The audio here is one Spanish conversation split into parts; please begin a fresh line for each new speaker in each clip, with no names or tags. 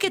¿qué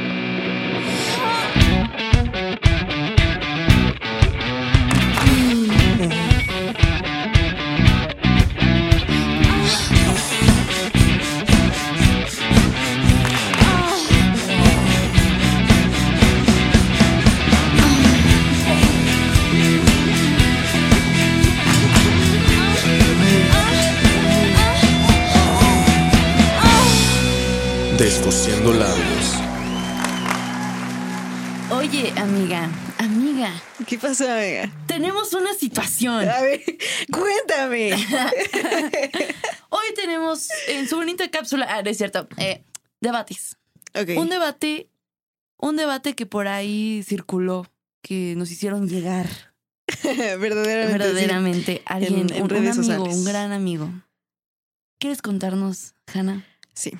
Descosiendo labios.
Oye, amiga, amiga,
¿Qué pasó, amiga?
tenemos una situación.
A ver, cuéntame.
Hoy tenemos en su bonita cápsula, ah, no es cierto, eh, debates.
Ok.
Un debate, un debate que por ahí circuló, que nos hicieron llegar
verdaderamente.
verdaderamente alguien,
en
un, un
redes
amigo,
sociales.
un gran amigo. ¿Quieres contarnos, Hanna?
Sí.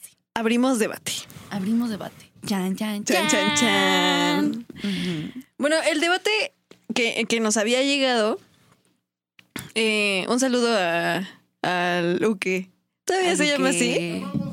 Sí. Abrimos debate.
Abrimos debate. Chan, chan,
Chan,
chan.
chan, chan.
Ujú.
Bueno, el debate que, que nos había llegado. eh, un saludo a, al Uke. ¿Todavía se llama así?
Aunque-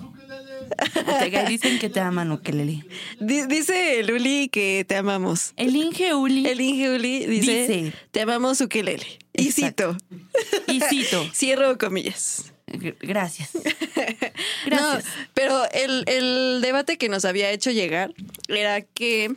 Aunque ahí dicen que te aman, Ukelele.
Di- dice Luli que te amamos.
El Inge Uli
El Inge Uli dice,
Dice.
te amamos Ukelele. Y
Exacto.
cito,
y cito.
cierro comillas.
Gr- Gracias. Gracias.
No, pero el, el debate que nos había hecho llegar era que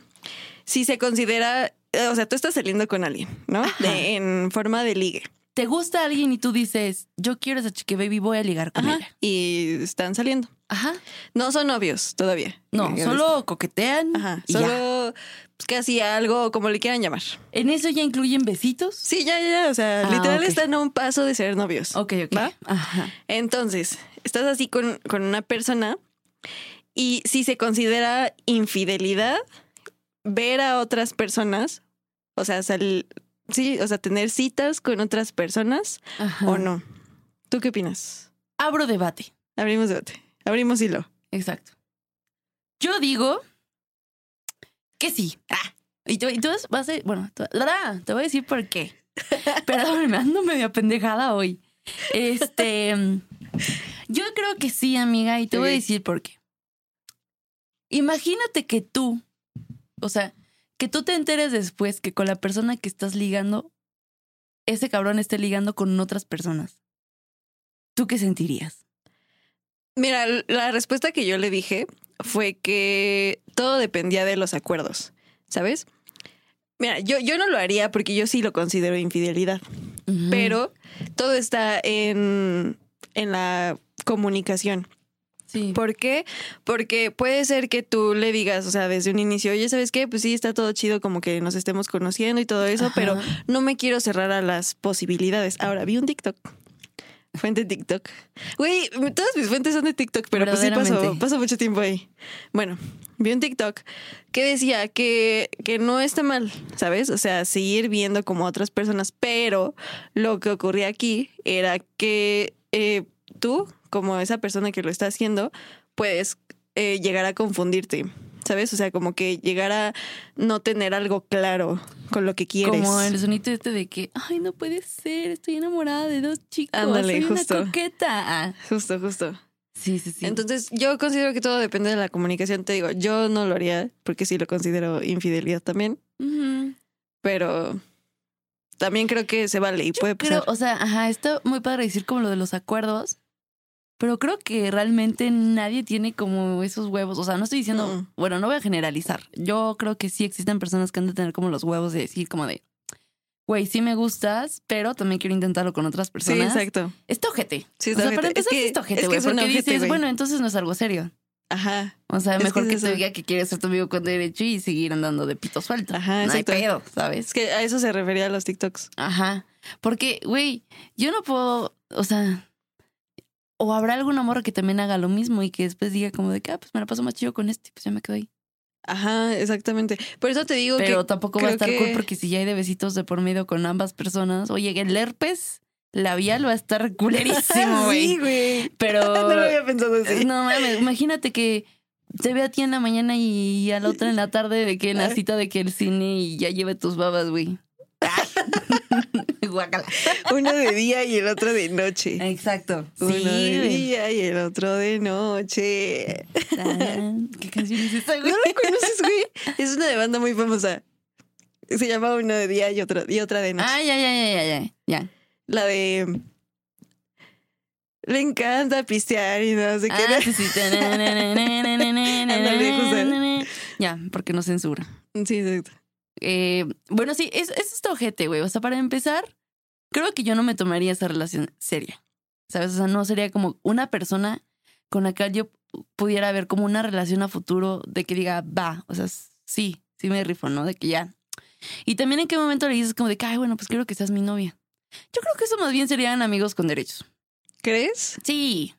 si se considera, eh, o sea, tú estás saliendo con alguien, ¿no? De- en forma de ligue.
Te gusta alguien y tú dices, yo quiero esa chique baby, voy a ligar con ella.
Y están saliendo.
Ajá.
No son novios todavía.
No,
Ya
solo coquetean.
ves. Ajá,
y ya.
solo pues, casi algo, como le quieran llamar.
¿En eso ya incluyen besitos?
Sí, ya, ya, ya, o sea,
Ah,
literal
ok.
están a un paso de ser novios.
Ok, ok.
¿Va?
Ajá.
Entonces, estás así con, con una persona y si se considera infidelidad ver a otras personas, o sea, sal- sí, o sea, tener citas con otras personas
Ajá.
o no. ¿Tú qué opinas?
Abro debate.
Abrimos debate, abrimos hilo.
Exacto. Yo digo que sí. Ah. Y tú, y tú vas a... Bueno, tú- la- te voy a decir por qué. Perdón, me ando medio pendejada hoy. Este... Yo creo que sí, amiga, y te voy a
Ok.
decir por qué. Imagínate que tú, o sea, que tú te enteres después que con la persona que estás ligando, ese cabrón esté ligando con otras personas. ¿Tú qué sentirías?
Mira, l- la respuesta que yo le dije fue que todo dependía de los acuerdos, ¿sabes? Mira, yo, yo no lo haría porque yo sí lo considero infidelidad.
Ujú.
pero todo está en, en la comunicación.
sí.
¿Por qué? Porque puede ser que tú le digas, o sea, desde un inicio, oye, ¿sabes qué? Pues sí, está todo chido como que nos estemos conociendo y todo eso,
Ajá.
pero no me quiero cerrar a las posibilidades. Ahora, vi un TikTok. Fuente TikTok. Güey, todas mis fuentes son de TikTok, pero pues sí pasó,
Verdaderamente.
pasó mucho tiempo ahí. Bueno, vi un TikTok que decía que, que no está mal, ¿sabes? O sea, seguir viendo como otras personas, pero lo que ocurría aquí era que eh, tú, como esa persona que lo está haciendo, puedes eh, llegar a confundirte, ¿sabes? O sea, como que llegar a no tener algo claro con lo que quieres.
Como el sonito este de que, ay, no puede ser, estoy enamorada de dos chicos.
Ándale,
soy
justo.
una coqueta. Ah,
Justo, justo.
sí, sí, sí.
Entonces, yo considero que todo depende de la comunicación. Te digo, yo no lo haría porque sí lo considero infidelidad también,
Ujú.
pero también creo que se vale y puede pasar.
Creo, o sea, ajá, está muy padre decir como lo de los acuerdos, pero creo que realmente nadie tiene como esos huevos. O sea, no estoy diciendo,
Mm.
bueno, no voy a generalizar. Yo creo que sí existen personas que han de tener como los huevos de decir como de, güey, sí me gustas, pero también quiero intentarlo con otras
Sí,
personas.
exacto.
Está ojete.
Sí,
o
está
sea, para
ojete. Es
empezar, sí
que-
está ojete,
es que
güey,
es un
porque
ojete,
dices,
güey.
bueno, entonces no es algo serio.
Ajá.
O sea,
Es que
mejor
es
que,
eso.
te diga que quieres ser tu amigo con derecho y seguir andando de pito suelto.
Ajá,
no hay
exacto.
pedo, ¿sabes?
Es que a eso se refería los TikToks.
Ajá. Porque, güey, yo no puedo, o sea, o habrá alguna morra que también haga lo mismo y que después diga como de que, ah, pues me la paso más chido con este, pues ya me quedo ahí.
Ajá, exactamente. Por eso te digo
Pero
que
tampoco va a
creo
estar
que-
cool porque si ya hay de besitos de por medio con ambas personas, oye, el herpes labial va a estar culerísimo, güey.
sí, güey.
Pero
No lo había pensado así.
No mames, imagínate que te ve a ti en la mañana y a la otra en la tarde de que en la cita de que el cine y ya lleve tus babas, güey. Guácala.
Uno de día y el otro de noche.
Exacto.
Uno de
Eh, Sí.
día y el otro de noche.
Tarán. ¿Qué canción es esa,
¿No
güey?
la conoces, güey? Es una de banda muy famosa. Se llama Uno de día y, otro, y otra de noche.
Ah, ya, ya, ya, ya, ya. Ya.
La de... mm, Le encanta pistear y no sé
Ah, sí,
qué.
sí. Ándale,
justo.
Ya, porque no censura.
Sí, exacto.
Eh, bueno, sí, es, es este ojete, güey. O sea, para empezar, creo que yo no me tomaría esa relación seria. ¿Sabes? O sea, no sería como una persona con la que yo pudiera ver como una relación a futuro de que diga, va, o sea, sí, sí me rifo, ¿no? De que ya. Y también en qué momento le dices como de que, ay, bueno, pues quiero que seas mi novia. Yo creo que eso más bien serían amigos con derechos.
¿Crees?
Sí.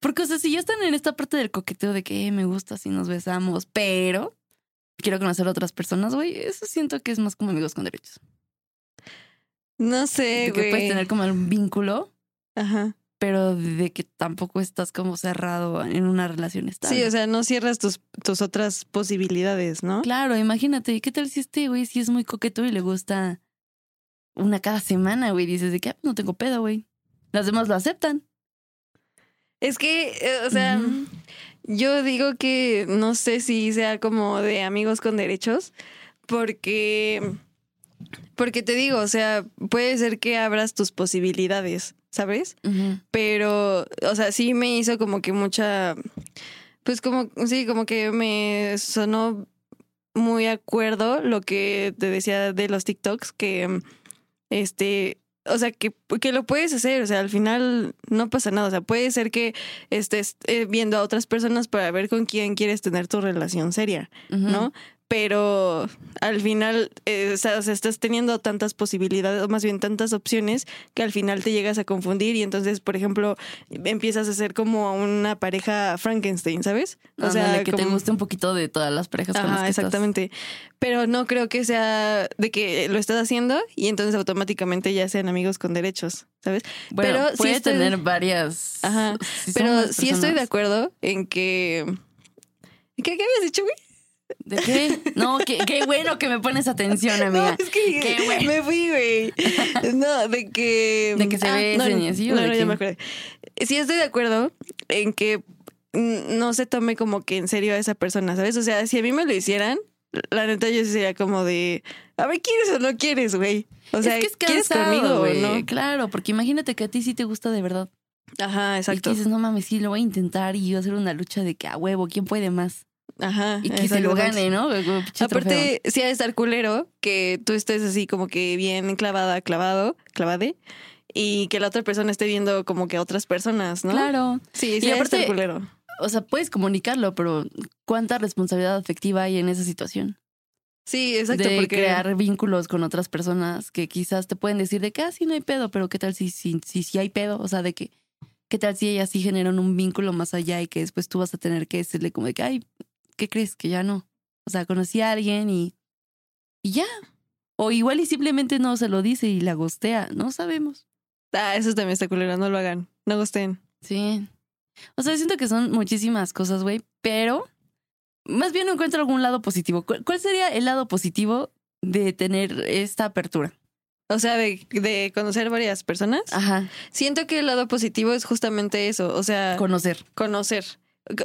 Porque, o sea, si ya están en esta parte del coqueteo de que eh, me gusta si nos besamos, pero quiero conocer a otras personas, güey, eso siento que es más como amigos con derechos.
No sé,
De que
Eh, güey.
puedes tener como un vínculo,
Ajá.
pero de que tampoco estás como cerrado en una relación estable.
Sí, o sea, no cierras tus, tus otras posibilidades, ¿no?
Claro, imagínate, ¿y ¿qué tal si este güey si es muy coqueto y le gusta una cada semana, güey? Dices de que ah, no tengo pedo, güey. Las demás lo aceptan.
Es que, eh, o sea,
Ujú.
yo digo que no sé si sea como de amigos con derechos, porque, porque te digo, o sea, puede ser que abras tus posibilidades, ¿sabes?
Ujú.
Pero, o sea, sí me hizo como que mucha, pues como, sí, como que me sonó muy acuerdo lo que te decía de los TikToks, que, mm, este, o sea, que, que lo puedes hacer, o sea, al final no pasa nada, o sea, puede ser que estés eh, viendo a otras personas para ver con quién quieres tener tu relación seria,
Ujú.
¿no? Pero al final, eh, o sea, o sea, estás teniendo tantas posibilidades, o más bien tantas opciones, que al final te llegas a confundir y entonces, por ejemplo, empiezas a ser como una pareja Frankenstein, ¿sabes? O
Ándale, que te
como-
guste un poquito de todas las parejas con las
Ajá,
que estás.
exactamente. Pero no creo que sea de que lo estás haciendo y entonces automáticamente ya sean amigos con derechos, ¿sabes?
Bueno,
Pero sí
puede
estoy-
tener varias.
Ajá,
sí son
Pero
varias
sí estoy de
personas.
acuerdo en que... ¿Qué, qué habías dicho, güey?
¿De qué? No, qué, qué bueno que me pones atención,
No,
amiga.
es que
Qué bueno.
me fui, güey. No, de que... ah,
De que se
no,
besen y así, ¿o
No,
de
no,
qué?
ya me acuerdo. Sí estoy de acuerdo en que mm, no se tome como que en serio a esa persona, ¿sabes? O sea, si a mí me lo hicieran, la neta yo sí sería como de... A ver, ¿quieres o no quieres, güey? O sea,
es que es
¿quieres
cansado,
conmigo
güey.
o no?
Claro, porque imagínate que a ti sí te gusta de verdad.
Ajá,
Y que
exacto.
dices, no mames, sí, lo voy a intentar y yo hacer una lucha de que a huevo, ¿quién puede más?
Ajá.
Y que se lo gane,
exactamente.
¿no? Como pinche trofeo.
Aparte, sí ha de estar culero que tú estés así como que bien clavada, clavado, clavade, y que la otra persona esté viendo como que a otras personas, ¿no?
Claro.
Sí,
Y
sí, ha de
aparte-
estar culero.
O sea, puedes comunicarlo, pero ¿cuánta responsabilidad afectiva hay en esa situación?
Sí, exacto,
de
porque
crear vínculos con otras personas que quizás te pueden decir de que ah, sí, no hay pedo, pero qué tal si si, si, si hay pedo, o sea, de que qué tal si ellas sí generan un vínculo más allá y que después tú vas a tener que decirle como de que ay, ¿qué crees? Que ya no. O sea, conocí a alguien y y ya. O igual y simplemente no se lo dice y la gostea, no sabemos.
Ah, eso también está culero, no lo hagan, no gusten.
Sí. O sea, siento que son muchísimas cosas, güey, pero más bien no encuentro algún lado positivo. ¿Cuál cuál sería el lado positivo de tener esta apertura?
O sea, de, de conocer varias personas.
Ajá.
Siento que el lado positivo es justamente eso, o sea,
Conocer.
conocer. C-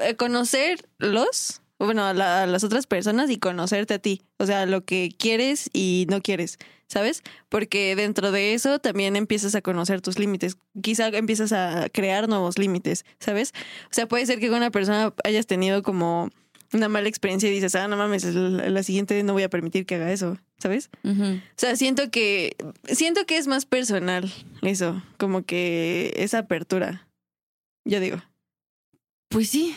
eh, Conocerlos, bueno, a, la- a las otras personas y conocerte a ti. O sea, lo que quieres y no quieres, ¿sabes? Porque dentro de eso también empiezas a conocer tus límites. Quizá empiezas a crear nuevos límites, ¿sabes? O sea, puede ser que con una persona hayas tenido como una mala experiencia y dices, ah, no mames, la la siguiente no voy a permitir que haga eso, ¿sabes?
Ujú.
O sea, siento que siento que es más personal eso, como que esa apertura. Yo digo.
Pues sí,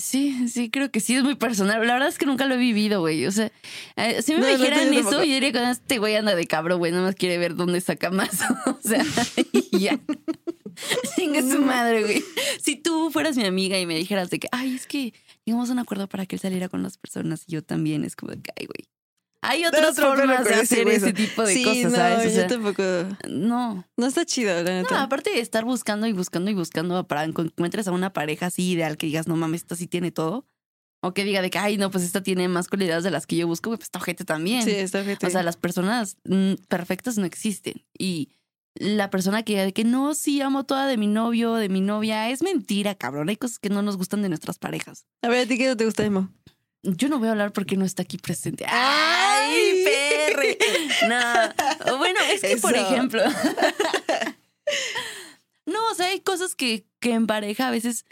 sí, sí, creo que sí es muy personal. La verdad es que nunca lo he vivido, güey. O sea, eh, si me
No, no,
dijeran
yo
eso,
tampoco.
yo diría que "Ah, este güey anda de cabro, güey, nomás quiere ver dónde saca más. o sea, y ya. Chingue su madre, güey. Si tú fueras mi amiga y me dijeras de que, ay, es que llegamos a un acuerdo para que él saliera con las personas y yo también, es como de que, ay, güey. Hay otras
otro pedo
formas
con
de
ese
hacer
güey,
ese
eso.
tipo de
sí,
cosas,
no,
¿sabes? O
yo
sea, Ah,
tampoco.
no.
No está chido, la
No,
neta.
aparte de estar buscando y buscando y buscando para que encuentres a una pareja así ideal que digas, no mames, esta sí tiene todo. O que diga de que, ay, no, pues esta tiene más cualidades de las que yo busco, güey, pues esta ojete también.
Sí, está ojete.
O sea, las personas mm, perfectas no existen. Y la persona que diga de que no, sí, amo toda de mi novio, de mi novia, es mentira, cabrón. Hay cosas que no nos gustan de nuestras parejas.
A ver, ¿a ti qué no te gusta, Emo?
Yo no voy a hablar porque no está aquí presente.
¡Ay!
¡Ay, perre! No. O Bueno, es que, por
Eso.
ejemplo. No, o sea, hay cosas que, que en pareja a veces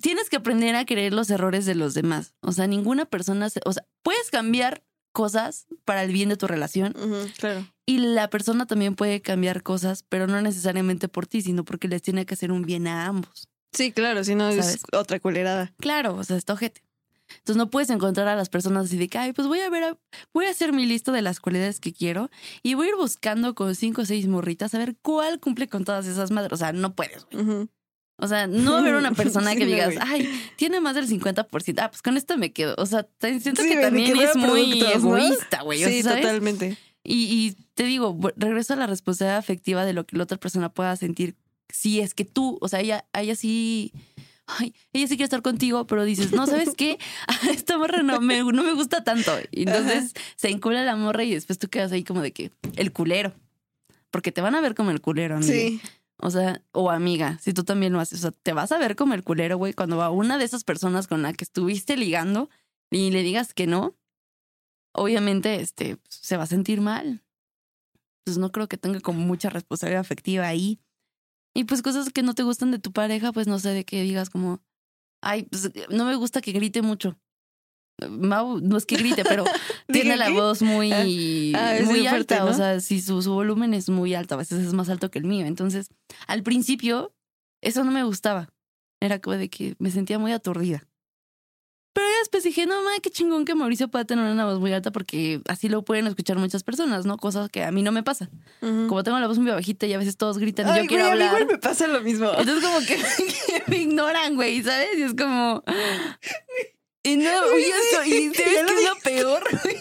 tienes que aprender a creer los errores de los demás. O sea, ninguna persona. se- o sea, puedes cambiar cosas para el bien de tu relación
Ujú, claro.
y la persona también puede cambiar cosas, pero no necesariamente por ti, sino porque les tiene que hacer un bien a ambos.
Sí, claro, si no es
¿Sabes?
otra culerada.
Claro, o sea, está ojete. Entonces no puedes encontrar a las personas así de que, ay, pues voy a ver, a- voy a hacer mi lista de las cualidades que quiero y voy a ir buscando con cinco o seis morritas a ver cuál cumple con todas esas madres. O sea, no puedes. güey.
Ujú.
O sea, no va a haber una persona
Sí,
que
no,
digas,
güey.
ay, tiene más del 50%. Ah, pues con esta me quedo. O sea, te- siento
Sí,
que
güey, de
también
que
es
vea
muy
productos, ¿no?
egoísta, güey. o
Sí,
sea, ¿sabes?
totalmente.
Y, y te digo, vu- regreso a la responsabilidad afectiva de lo que la otra persona pueda sentir. Si es que tú, o sea, ella, ella sí. ay, ella sí quiere estar contigo, pero dices, no, ¿sabes qué? A esta morra no me, no me gusta tanto. Y entonces se encula la morra y después tú quedas ahí como de que el culero. Porque te van a ver como el culero, amigo.
Sí.
O sea, o amiga, si tú también lo haces. O sea, te vas a ver como el culero, güey, cuando va una de esas personas con la que estuviste ligando y le digas que no, obviamente este, pues, se va a sentir mal. Pues no creo que tenga como mucha responsabilidad afectiva ahí. Y pues cosas que no te gustan de tu pareja, pues no sé de qué digas como, ay, pues no me gusta que grite mucho. Mau, no es que grite, pero tiene
Dije,
la
¿qué?
voz muy,
Ah, es
muy
muy fuerte,
alta. O
¿no?
sea, si su, su volumen es muy alto, a veces es más alto que el mío. Entonces, al principio, eso no me gustaba. Era como de que me sentía muy aturdida. Pero ya después dije, no, ma, qué chingón que Mauricio pueda tener una voz muy alta porque así lo pueden escuchar muchas personas, ¿no? Cosas que a mí no me pasa.
Ujú.
Como tengo la voz muy bajita y a veces todos gritan y
Mm. Ay,
yo quiero
güey, a mí
hablar.
igual me pasa lo mismo.
Entonces como que, que me ignoran, güey, ¿sabes? Y es como... Y no, y, eso, y ¿sabes
ya lo
qué es lo peor? güey?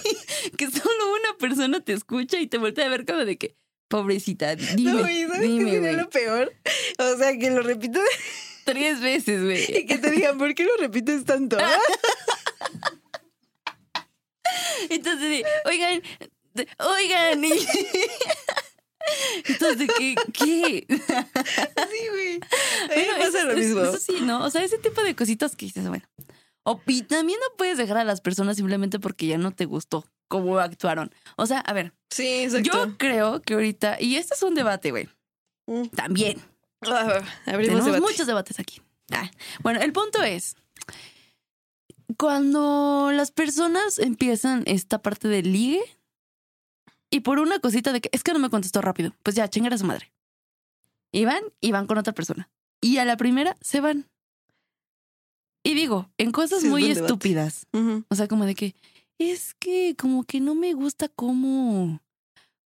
que solo una persona te escucha y te voltea a ver como de que, pobrecita, dime,
no, güey, ¿sabes qué
dime,
sería
güey.
lo peor? O sea, que lo repitas
Tres veces,
y
güey.
que te digan, ¿por qué lo repites tanto? Ah,
Entonces, de, oigan, de, oigan. Y... Entonces, de que, ¿qué?
Sí, güey. A mí
Bueno,
me pasa
eso-
lo
eso-
mismo.
Eso sí, ¿no? O sea, ese tipo de cositas que dices, bueno. O, y también no puedes dejar a las personas simplemente porque ya no te gustó cómo actuaron. O sea, a ver,
Sí,
yo creo que ahorita, y este es un debate, güey,
Mm.
también.
Ah, Abrimos
Tenemos
debate.
muchos debates aquí. Ah, bueno, el punto es, cuando las personas empiezan esta parte del ligue y por una cosita de que es que no me contestó rápido, pues ya, chingar a su madre. Y van y van con otra persona. Y a la primera se van. Y digo, en cosas
Sí, es
muy
buen debate.
estúpidas.
Ujú.
O sea, como de que es que como que no me gusta cómo,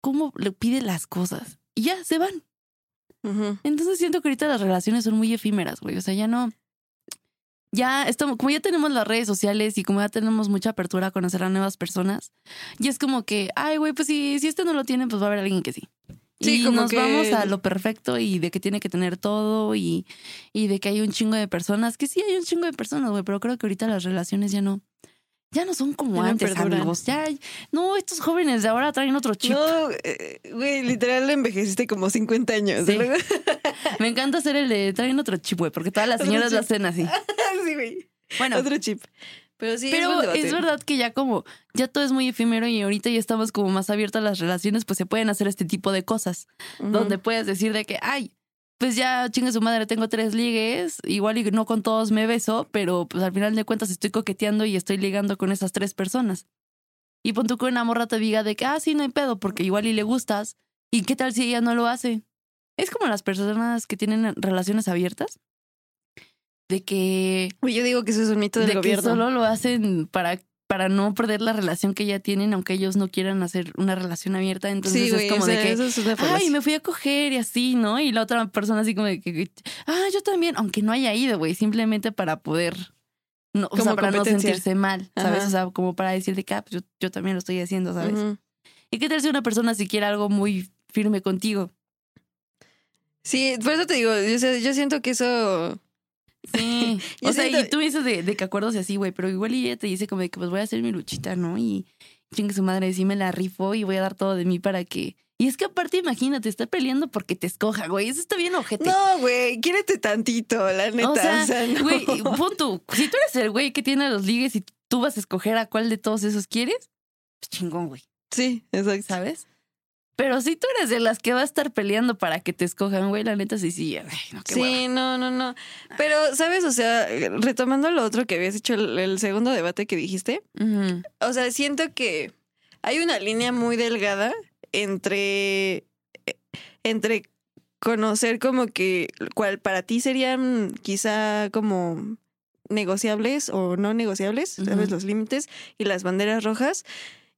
cómo le pide las cosas. Y ya se van.
Ujú.
Entonces siento que ahorita las relaciones son muy efímeras, güey. O sea, ya no. Ya estamos, como ya tenemos las redes sociales y como ya tenemos mucha apertura a conocer a nuevas personas, y es como que, ay, güey, pues si, si este no lo tiene, pues va a haber alguien que sí.
Sí,
y
como
nos
que-
vamos a lo perfecto y de que tiene que tener todo y, y de que hay un chingo de personas, que sí hay un chingo de personas, güey, pero creo que ahorita las relaciones ya no, ya no son como
Ya no
antes,
perduran.
amigos. Ya, no, estos jóvenes de ahora traen otro chip.
No, eh, güey, literal envejeciste como 50 años.
Sí.
Luego-
Me encanta hacer el de traen otro chip, güey, porque todas las
Otro
señoras lo
chip.
hacen así.
sí, güey.
Bueno,
Otro chip. Pero sí, es,
pero
buen
es,
debate.
verdad que ya como ya todo es muy efímero y ahorita ya estamos como más abiertas a las relaciones, pues se pueden hacer este tipo de cosas
Ujú.
donde puedes decir de que ay, pues ya chingue su madre, tengo tres ligues, igual y no con todos me beso, pero pues al final de cuentas estoy coqueteando y estoy ligando con esas tres personas. Y pon tú que una morra te diga de que ah, sí, no hay pedo, porque igual y le gustas. ¿Y qué tal si ella no lo hace? Es como las personas que tienen relaciones abiertas. De que
Güey, yo digo que eso es un mito del
de
gobierno.
que solo lo hacen para para no perder la relación que ya tienen, aunque ellos no quieran hacer una relación abierta. Entonces
sí, güey,
es como
o sea,
de que,
eso es una
ay,
falacia.
me fui a coger y así, ¿no? Y la otra persona así como de que, ah, yo también, aunque no haya ido, güey, simplemente para poder, no, o
Como
sea, para no
competencia.
sentirse mal, ¿sabes?
Ajá.
O sea, como para decir de que, ah, pues yo, yo también lo estoy haciendo, ¿sabes?
Ujú.
¿Y qué tal si una persona si quiere algo muy firme contigo?
Sí, por eso te digo, yo, sé- yo siento que eso
Sí.
Yo
o sea,
siento-
y tú dices de, de que acuerdos y así, güey, pero igual y ella te dice como de que pues voy a hacer mi luchita, ¿no? Y chingue su madre, sí me la rifo y voy a dar todo de mí para que. Y es que aparte, imagínate, está peleando porque te escoja, güey. Eso está bien ojete.
No, güey, quiérete tantito, la neta.
o sea,
o sea, no.
güey, pon tú, Si tú eres el güey que tiene a los ligues y tú vas a escoger a cuál de todos esos quieres, pues chingón, güey,
Sí, exacto.
¿sabes? Pero si tú eres de las que va a estar peleando para que te escojan, güey, la neta sí, sí. ay, no, qué
sí,
hueva.
no, no, no. Pero, ¿sabes? O sea, retomando lo otro que habías hecho, el, el segundo debate que dijiste,
Ujú.
o sea, siento que hay una línea muy delgada entre, entre conocer como que cuál para ti serían quizá como negociables o no negociables, ¿sabes?
Ujú.
Los límites y las banderas rojas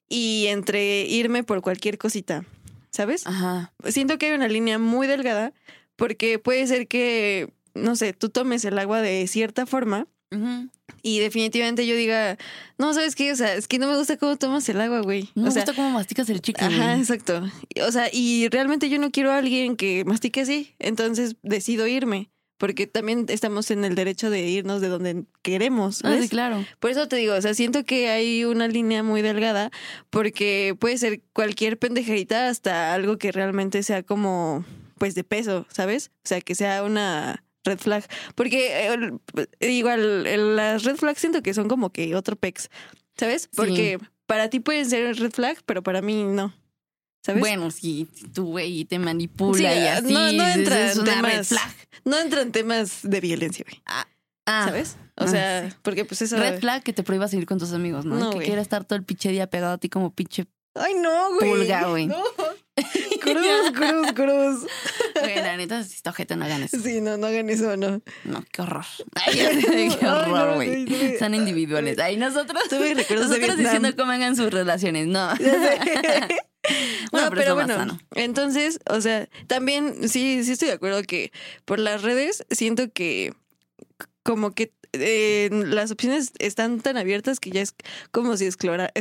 y entre irme por cualquier cosita, ¿sabes?
Ajá.
siento que hay una línea muy delgada porque puede ser que, no sé, tú tomes el agua de cierta forma
Ujú.
y definitivamente yo diga, no, ¿sabes qué? O sea, es que no me gusta cómo tomas el agua, güey.
No me
o sea,
gusta cómo masticas el chicle.
Ajá,
güey.
exacto. O sea, y realmente yo no quiero a alguien que mastique así, entonces decido irme, porque también estamos en el derecho de irnos de donde queremos.
Ah,
¿ves?
sí, claro.
Por eso te digo, o sea, siento que hay una línea muy delgada porque puede ser cualquier pendejerita hasta algo que realmente sea como, pues, de peso, ¿sabes? O sea, que sea una red flag. Porque eh, el- igual, el- las red flags siento que son como que otro pex, ¿sabes? Porque para ti pueden ser red flag, pero para mí no, ¿sabes?
Bueno, si si tu güey te manipula
Sí, eh, ah,
y así.
no- no
es-
entra
es
en
una red
temas.
flag.
No entran temas de violencia, güey,
Ah,
¿sabes? O
ah,
sea, porque pues eso...
Red flag que te prohíba salir con tus amigos, ¿no?
No,
que
güey.
quiera estar todo el pinche día pegado a ti como pinche.
Ay, no, güey.
Pulga, güey.
No. Cruz, cruz, cruz.
Güey, la neta, si está ojete, no hagan eso.
Sí, no, no hagan eso, no.
No, qué horror. Ay, qué horror,
no,
güey.
sí, sí.
Son individuales. Ay, nosotros.
Tú me recuerdas de
Nosotros
Vietnam.
diciendo cómo hagan sus relaciones. No.
Ya sé.
Bueno, pero
no, pero,
es lo más
bueno,
sano.
entonces, o sea, también sí, sí estoy de acuerdo que por las redes siento que como que eh, las opciones están tan abiertas que ya es como si esclora-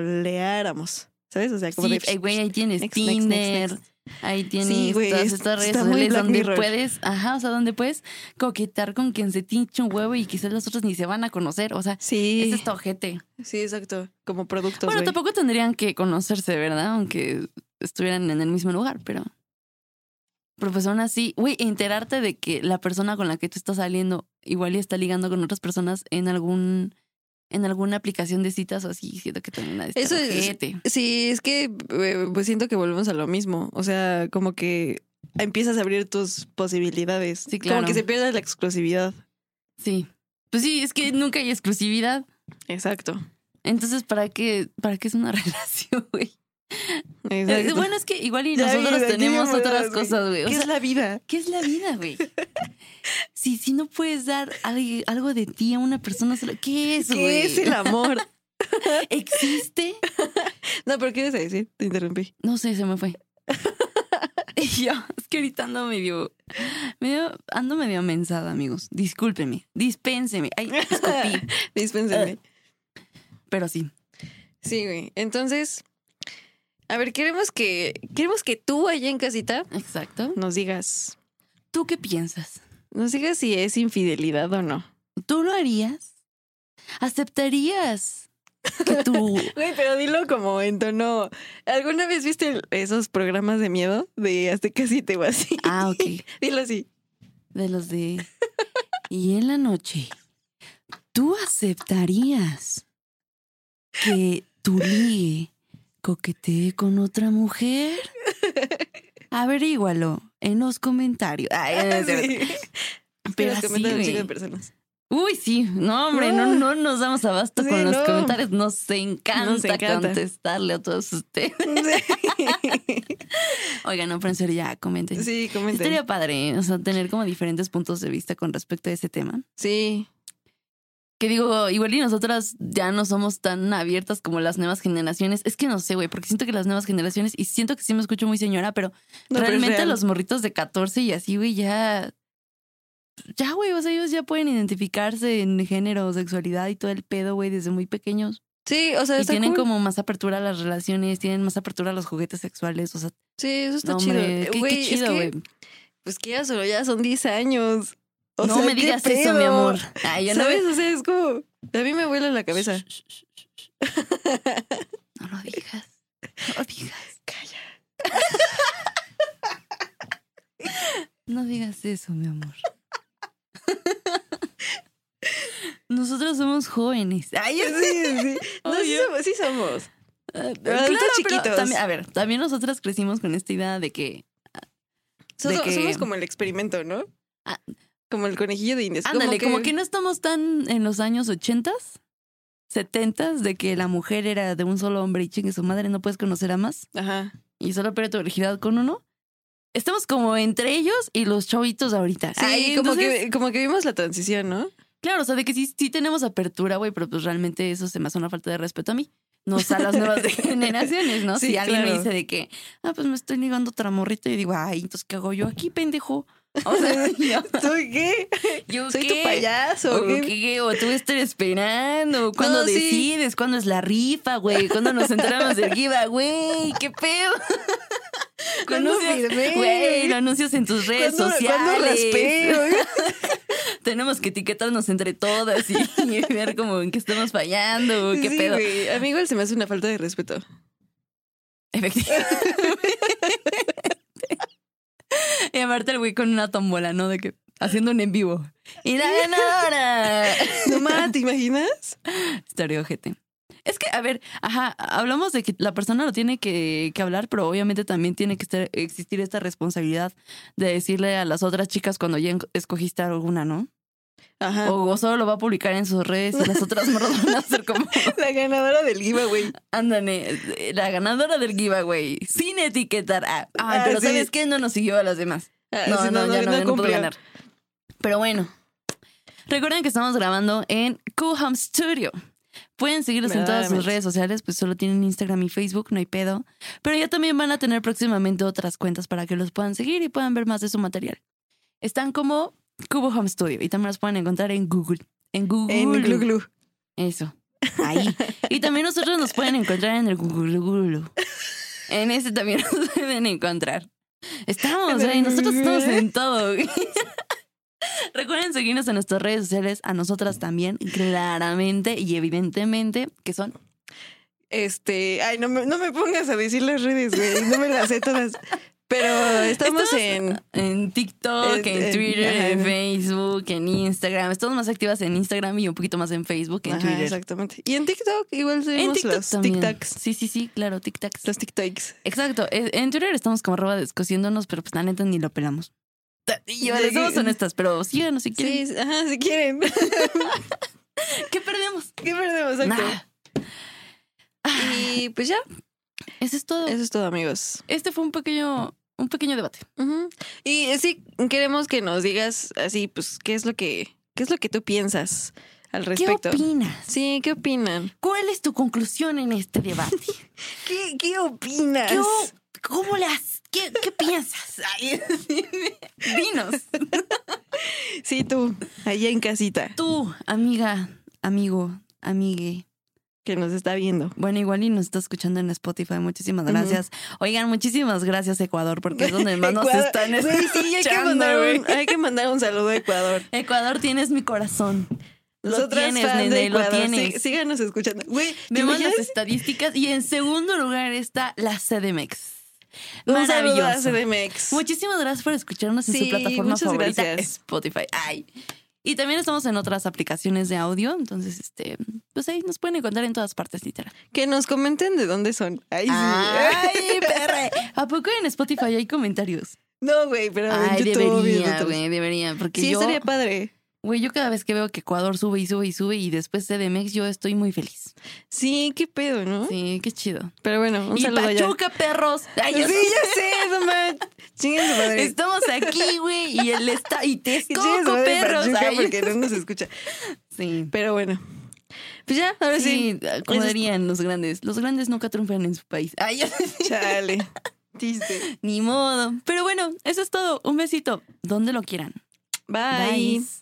escroleáramos, ¿sabes? O sea, como
Sí,
de...
ay, güey, ahí tienes
next, next, next,
Tinder,
next.
Ahí tienes
Sí, güey,
todas
es-
estas redes
está muy
sociales
Black
donde
Mirror.
puedes, ajá, o sea, donde puedes coquetar con quien se tinche un huevo y quizás los otros ni se van a conocer. O sea,
Sí,
ese es tu ojete.
sí, exacto, como productos,
Bueno,
güey.
tampoco tendrían que conocerse, ¿verdad? Aunque estuvieran en el mismo lugar, pero. Pero pues aún así, güey, enterarte de que la persona con la que tú estás saliendo igual y está ligando con otras personas en algún. en alguna aplicación de citas o así, siento que también ha de estar
Eso es-
ojete.
Sí, es que eh, pues siento que volvemos a lo mismo. O sea, como que empiezas a abrir tus posibilidades.
Sí, claro.
Como que se pierde la exclusividad.
Sí. Pues sí, es que nunca hay exclusividad.
Exacto.
Entonces, ¿para qué, para qué es una relación, güey?
Exacto.
Eh, Bueno, es que igual y
Ya,
nosotros
mira, aquí
tenemos
ya me
otras
das, güey.
cosas, güey. O
¿Qué
sea,
es la vida?
¿qué es la vida, güey? si, si no puedes dar al- algo de ti a una persona sola, ¿qué es,
¿Qué
güey?
es el amor?
¿Existe?
no, pero ¿qué ibas a decir? Te interrumpí.
No sé, se me fue. y yo, es que ahorita ando medio, medio, ando medio mensada, amigos. Discúlpeme, dispénseme. Ay, disculpí. Eh.
Dispénsenme.
Pero sí.
Sí, güey. Entonces, a ver, queremos que, queremos que tú allá en casita
Exacto.
nos digas,
¿Tú qué piensas?
nos digas si es infidelidad o no.
¿Tú lo harías? ¿Aceptarías que tú...
Güey, pero dilo como en tono. ¿Alguna vez viste el- esos programas de miedo de Azteca 7 o así?
Ah, ok.
Dilo así.
De los de... Y en la noche, ¿tú aceptarías que tu ligue coquetee con otra mujer? Averígualo en los comentarios. Ay, no es cierto. Eh,
Sí.
Pero
Los
así,
comentan un
güey.
chingo de personas.
Uy, sí. No, hombre, no, no nos damos abasto
Sí,
con los
no.
comentarios. Nos encanta,
encanta.
contestarle a todos ustedes. Oigan, no, pero en serio, ya comenten.
Sí, sí comenten.
Estaría padre, o sea, tener como diferentes puntos de vista con respecto a ese tema.
Sí.
Que digo, igual y nosotras ya no somos tan abiertas como las nuevas generaciones. Es que no sé, güey, porque siento que las nuevas generaciones, y siento que sí me escucho muy señora, pero
No, pero es
realmente
real.
los morritos de 14 y así, güey, ya. Ya, güey, o sea, ellos ya pueden identificarse en género, sexualidad y todo el pedo, güey, desde muy pequeños.
Sí, o sea,
Y
está
tienen
cool.
como más apertura a las relaciones, tienen más apertura a los juguetes sexuales, o sea,
Sí, eso está
no,
chido.
hombre, qué-
Güey,
qué
es
chido,
que,
güey.
Pues que ya solo ya son 10 años. O
no
sea,
me
¿qué
digas eso,
pedo?
mi amor. Ay, yo no
¿Sabes? O sea, es como. A mí me vuela la cabeza.
No lo digas. No lo digas.
Calla.
No digas eso, mi amor. Nosotros somos jóvenes. Ay, yo sé.
Sí, sí. No, sí
Obvio.
somos, sí somos.
Ah,
Adultos
pero
chiquitos.
también- a ver, también nosotras crecimos con esta idea de que.
So-
De
so-
que-
Somos como el experimento, ¿no?
Ah.
Como el conejillo de Indias.
Ándale, como que... no estamos tan en los años 80 setentas, de que la mujer era de un solo hombre y chingue su madre, no puedes conocer a más.
Ajá.
y solo pierde tu virginidad con uno. Estamos como entre ellos y los chavitos ahorita.
Sí,
Ay,
como,
entonces,
que, como que vimos la transición, ¿no?
Claro, o sea, de que sí, sí tenemos apertura, güey, pero pues realmente eso se me hace una falta de respeto a mí. No sé a las nuevas generaciones, ¿no?
Sí,
si alguien me
claro.
dice de que, ah, pues me estoy ligando otra morrita y digo, ay, entonces, ¿qué hago yo aquí, pendejo? O sea, yo,
¿Tú qué?
yo
Soy
qué?
tu payaso.
¿O,
¿qué?
qué? ¿O tú estar esperando? ¿Cuándo
No, sí.
decides? ¿Cuándo es la rifa, güey? ¿Cuándo nos enteramos del giveaway? ¿Qué pedo?
¿Cuándo
Anuncias-
firmé?
Güey, lo anuncias en tus redes
¿Cuándo-
sociales.
¿Cuándo raspé?
Tenemos que etiquetarnos entre todas y, y ver como en qué estamos fallando, qué
Sí,
pedo.
güey. A mí igual se me hace una falta de respeto.
Efectivamente. y aparte el güey con una tombola, ¿no? De que haciendo un en vivo. ¡Y la ganadora!
No mames, ¿te imaginas?
Estaría ojete. Es que, a ver, ajá, hablamos de que la persona lo tiene que, que hablar, pero obviamente también tiene que estar- existir esta responsabilidad de decirle a las otras chicas cuando ya en- escogiste alguna, ¿no?
Ajá.
O, o solo lo va a publicar en sus redes y las otras morras van a hacer como,
La ganadora del giveaway.
ándale, la ganadora del giveaway, sin etiquetar. Ah, ay,
Ah,
pero
sí.
¿sabes qué? No nos siguió a las demás.
Ah,
No,
sí,
no, ya no, ya no pudo
cumplió.
ganar. Pero bueno, recuerden que estamos grabando en Coolham Studio. Pueden seguirnos en todas sus
Verdaderamente.
redes sociales, pues solo tienen Instagram y Facebook, no hay pedo. Pero ya también van a tener próximamente otras cuentas para que los puedan seguir y puedan ver más de su material. Están como Cubo Home Studio y también los pueden encontrar en Google. En Google.
En Glu Glu.
Eso. Ahí. Y también nosotros nos pueden encontrar en el Google. Google. En ese también nos pueden encontrar. Estamos,
En
güey.
el
Nosotros estamos
Google.
en todo. güey. Recuerden seguirnos en nuestras redes sociales, a nosotras también, claramente y evidentemente, que son.
Este, ay, no me, no me pongas a decir las redes, güey. No me las sé todas. Pero estamos, en.
En TikTok, en,
En- en-
Twitter,
ajá,
en
en-
Facebook, en Instagram. Estamos más activas en Instagram y un poquito más en Facebook, en
Ajá,
Twitter.
exactamente. Y en TikTok igual
En
subimos
TikTok
los
también.
TikToks.
Sí, sí, sí, claro, TikToks.
Los TikToks.
Exacto. e- En Twitter estamos como arroba descosiéndonos, pero pues la neta ni lo pelamos. Y yo,
De-
somos honestas, pero síganos si quieren.
Sí, sí, ajá, si quieren.
¿Qué perdemos?
¿Qué perdemos? Exacto.
Nada.
Y pues ya,
Eso es todo.
eso es todo, amigos.
Este fue un pequeño, un pequeño debate.
Ujú. Y eh, sí, queremos que nos digas así, pues, qué es lo que, qué es lo que tú piensas al respecto.
¿Qué opinas?
sí, ¿qué opinan?
¿Cuál es tu conclusión en este debate?
¿Qué, qué opinas?
¿Qué o- ¿Cómo las? ¿Qué, qué piensas? Ay, Dinos.
Sí, tú, allá en casita,
Tú, amiga, amigo, amigue.
que nos está viendo.
Bueno, igual y nos está escuchando en Spotify. Muchísimas
Ujú.
gracias. Oigan, muchísimas gracias, Ecuador, porque es donde más nos
Ecuador-
están
Güey, sí, hay que,
escuchando.
mandar
güey.
un, hay que mandar un saludo a Ecuador.
Ecuador, tienes mi corazón. Lo
Nosotras
tienes,
fan de
nene, lo
Ecuador. Sí,
tienes.
síganos escuchando. Güey, ¿te
Vemos las
imaginas?
estadísticas y en segundo lugar está la CDMX.
Un saludo a
Maravilloso.
CDMX.
Muchísimas gracias por escucharnos en
Sí,
su plataforma
muchas
favorita,
gracias.
Spotify. Ay. Y también estamos en otras aplicaciones de audio, entonces este, pues ahí nos pueden encontrar en todas partes, literal.
Que nos comenten de dónde son. Ay, sí.
Ay, perre. ¿A poco en Spotify hay comentarios?
No, güey, pero
Ay,
en YouTube. y en
debería,
otros.
güey, debería, porque
Sí,
yo,
estaría padre.
güey, yo cada vez que veo que Ecuador sube y sube y sube y después CDMX, yo estoy muy feliz.
Sí, qué pedo, ¿no?
Sí, qué chido.
Pero bueno, ¿Ah? un
y
saludo ya.
Pachuca, perros. Ay,
Sí,
ya sé.
ya sé, no mames. Chinguen su madre.
Estamos aquí, güey, y el está y te
Y chinguen su
escoco,
madre
perros.
Pachuca
Ay,
porque no nos escucha.
Sí.
Pero bueno. Pues ya, ahora sí.
Sí, como
Eso es-
dirían los grandes, los grandes nunca triunfan en su país. Ay, ya sé.
Chale. Triste.
ni modo. Pero bueno, eso es todo. Un besito, donde lo quieran.
Bye.
Bye.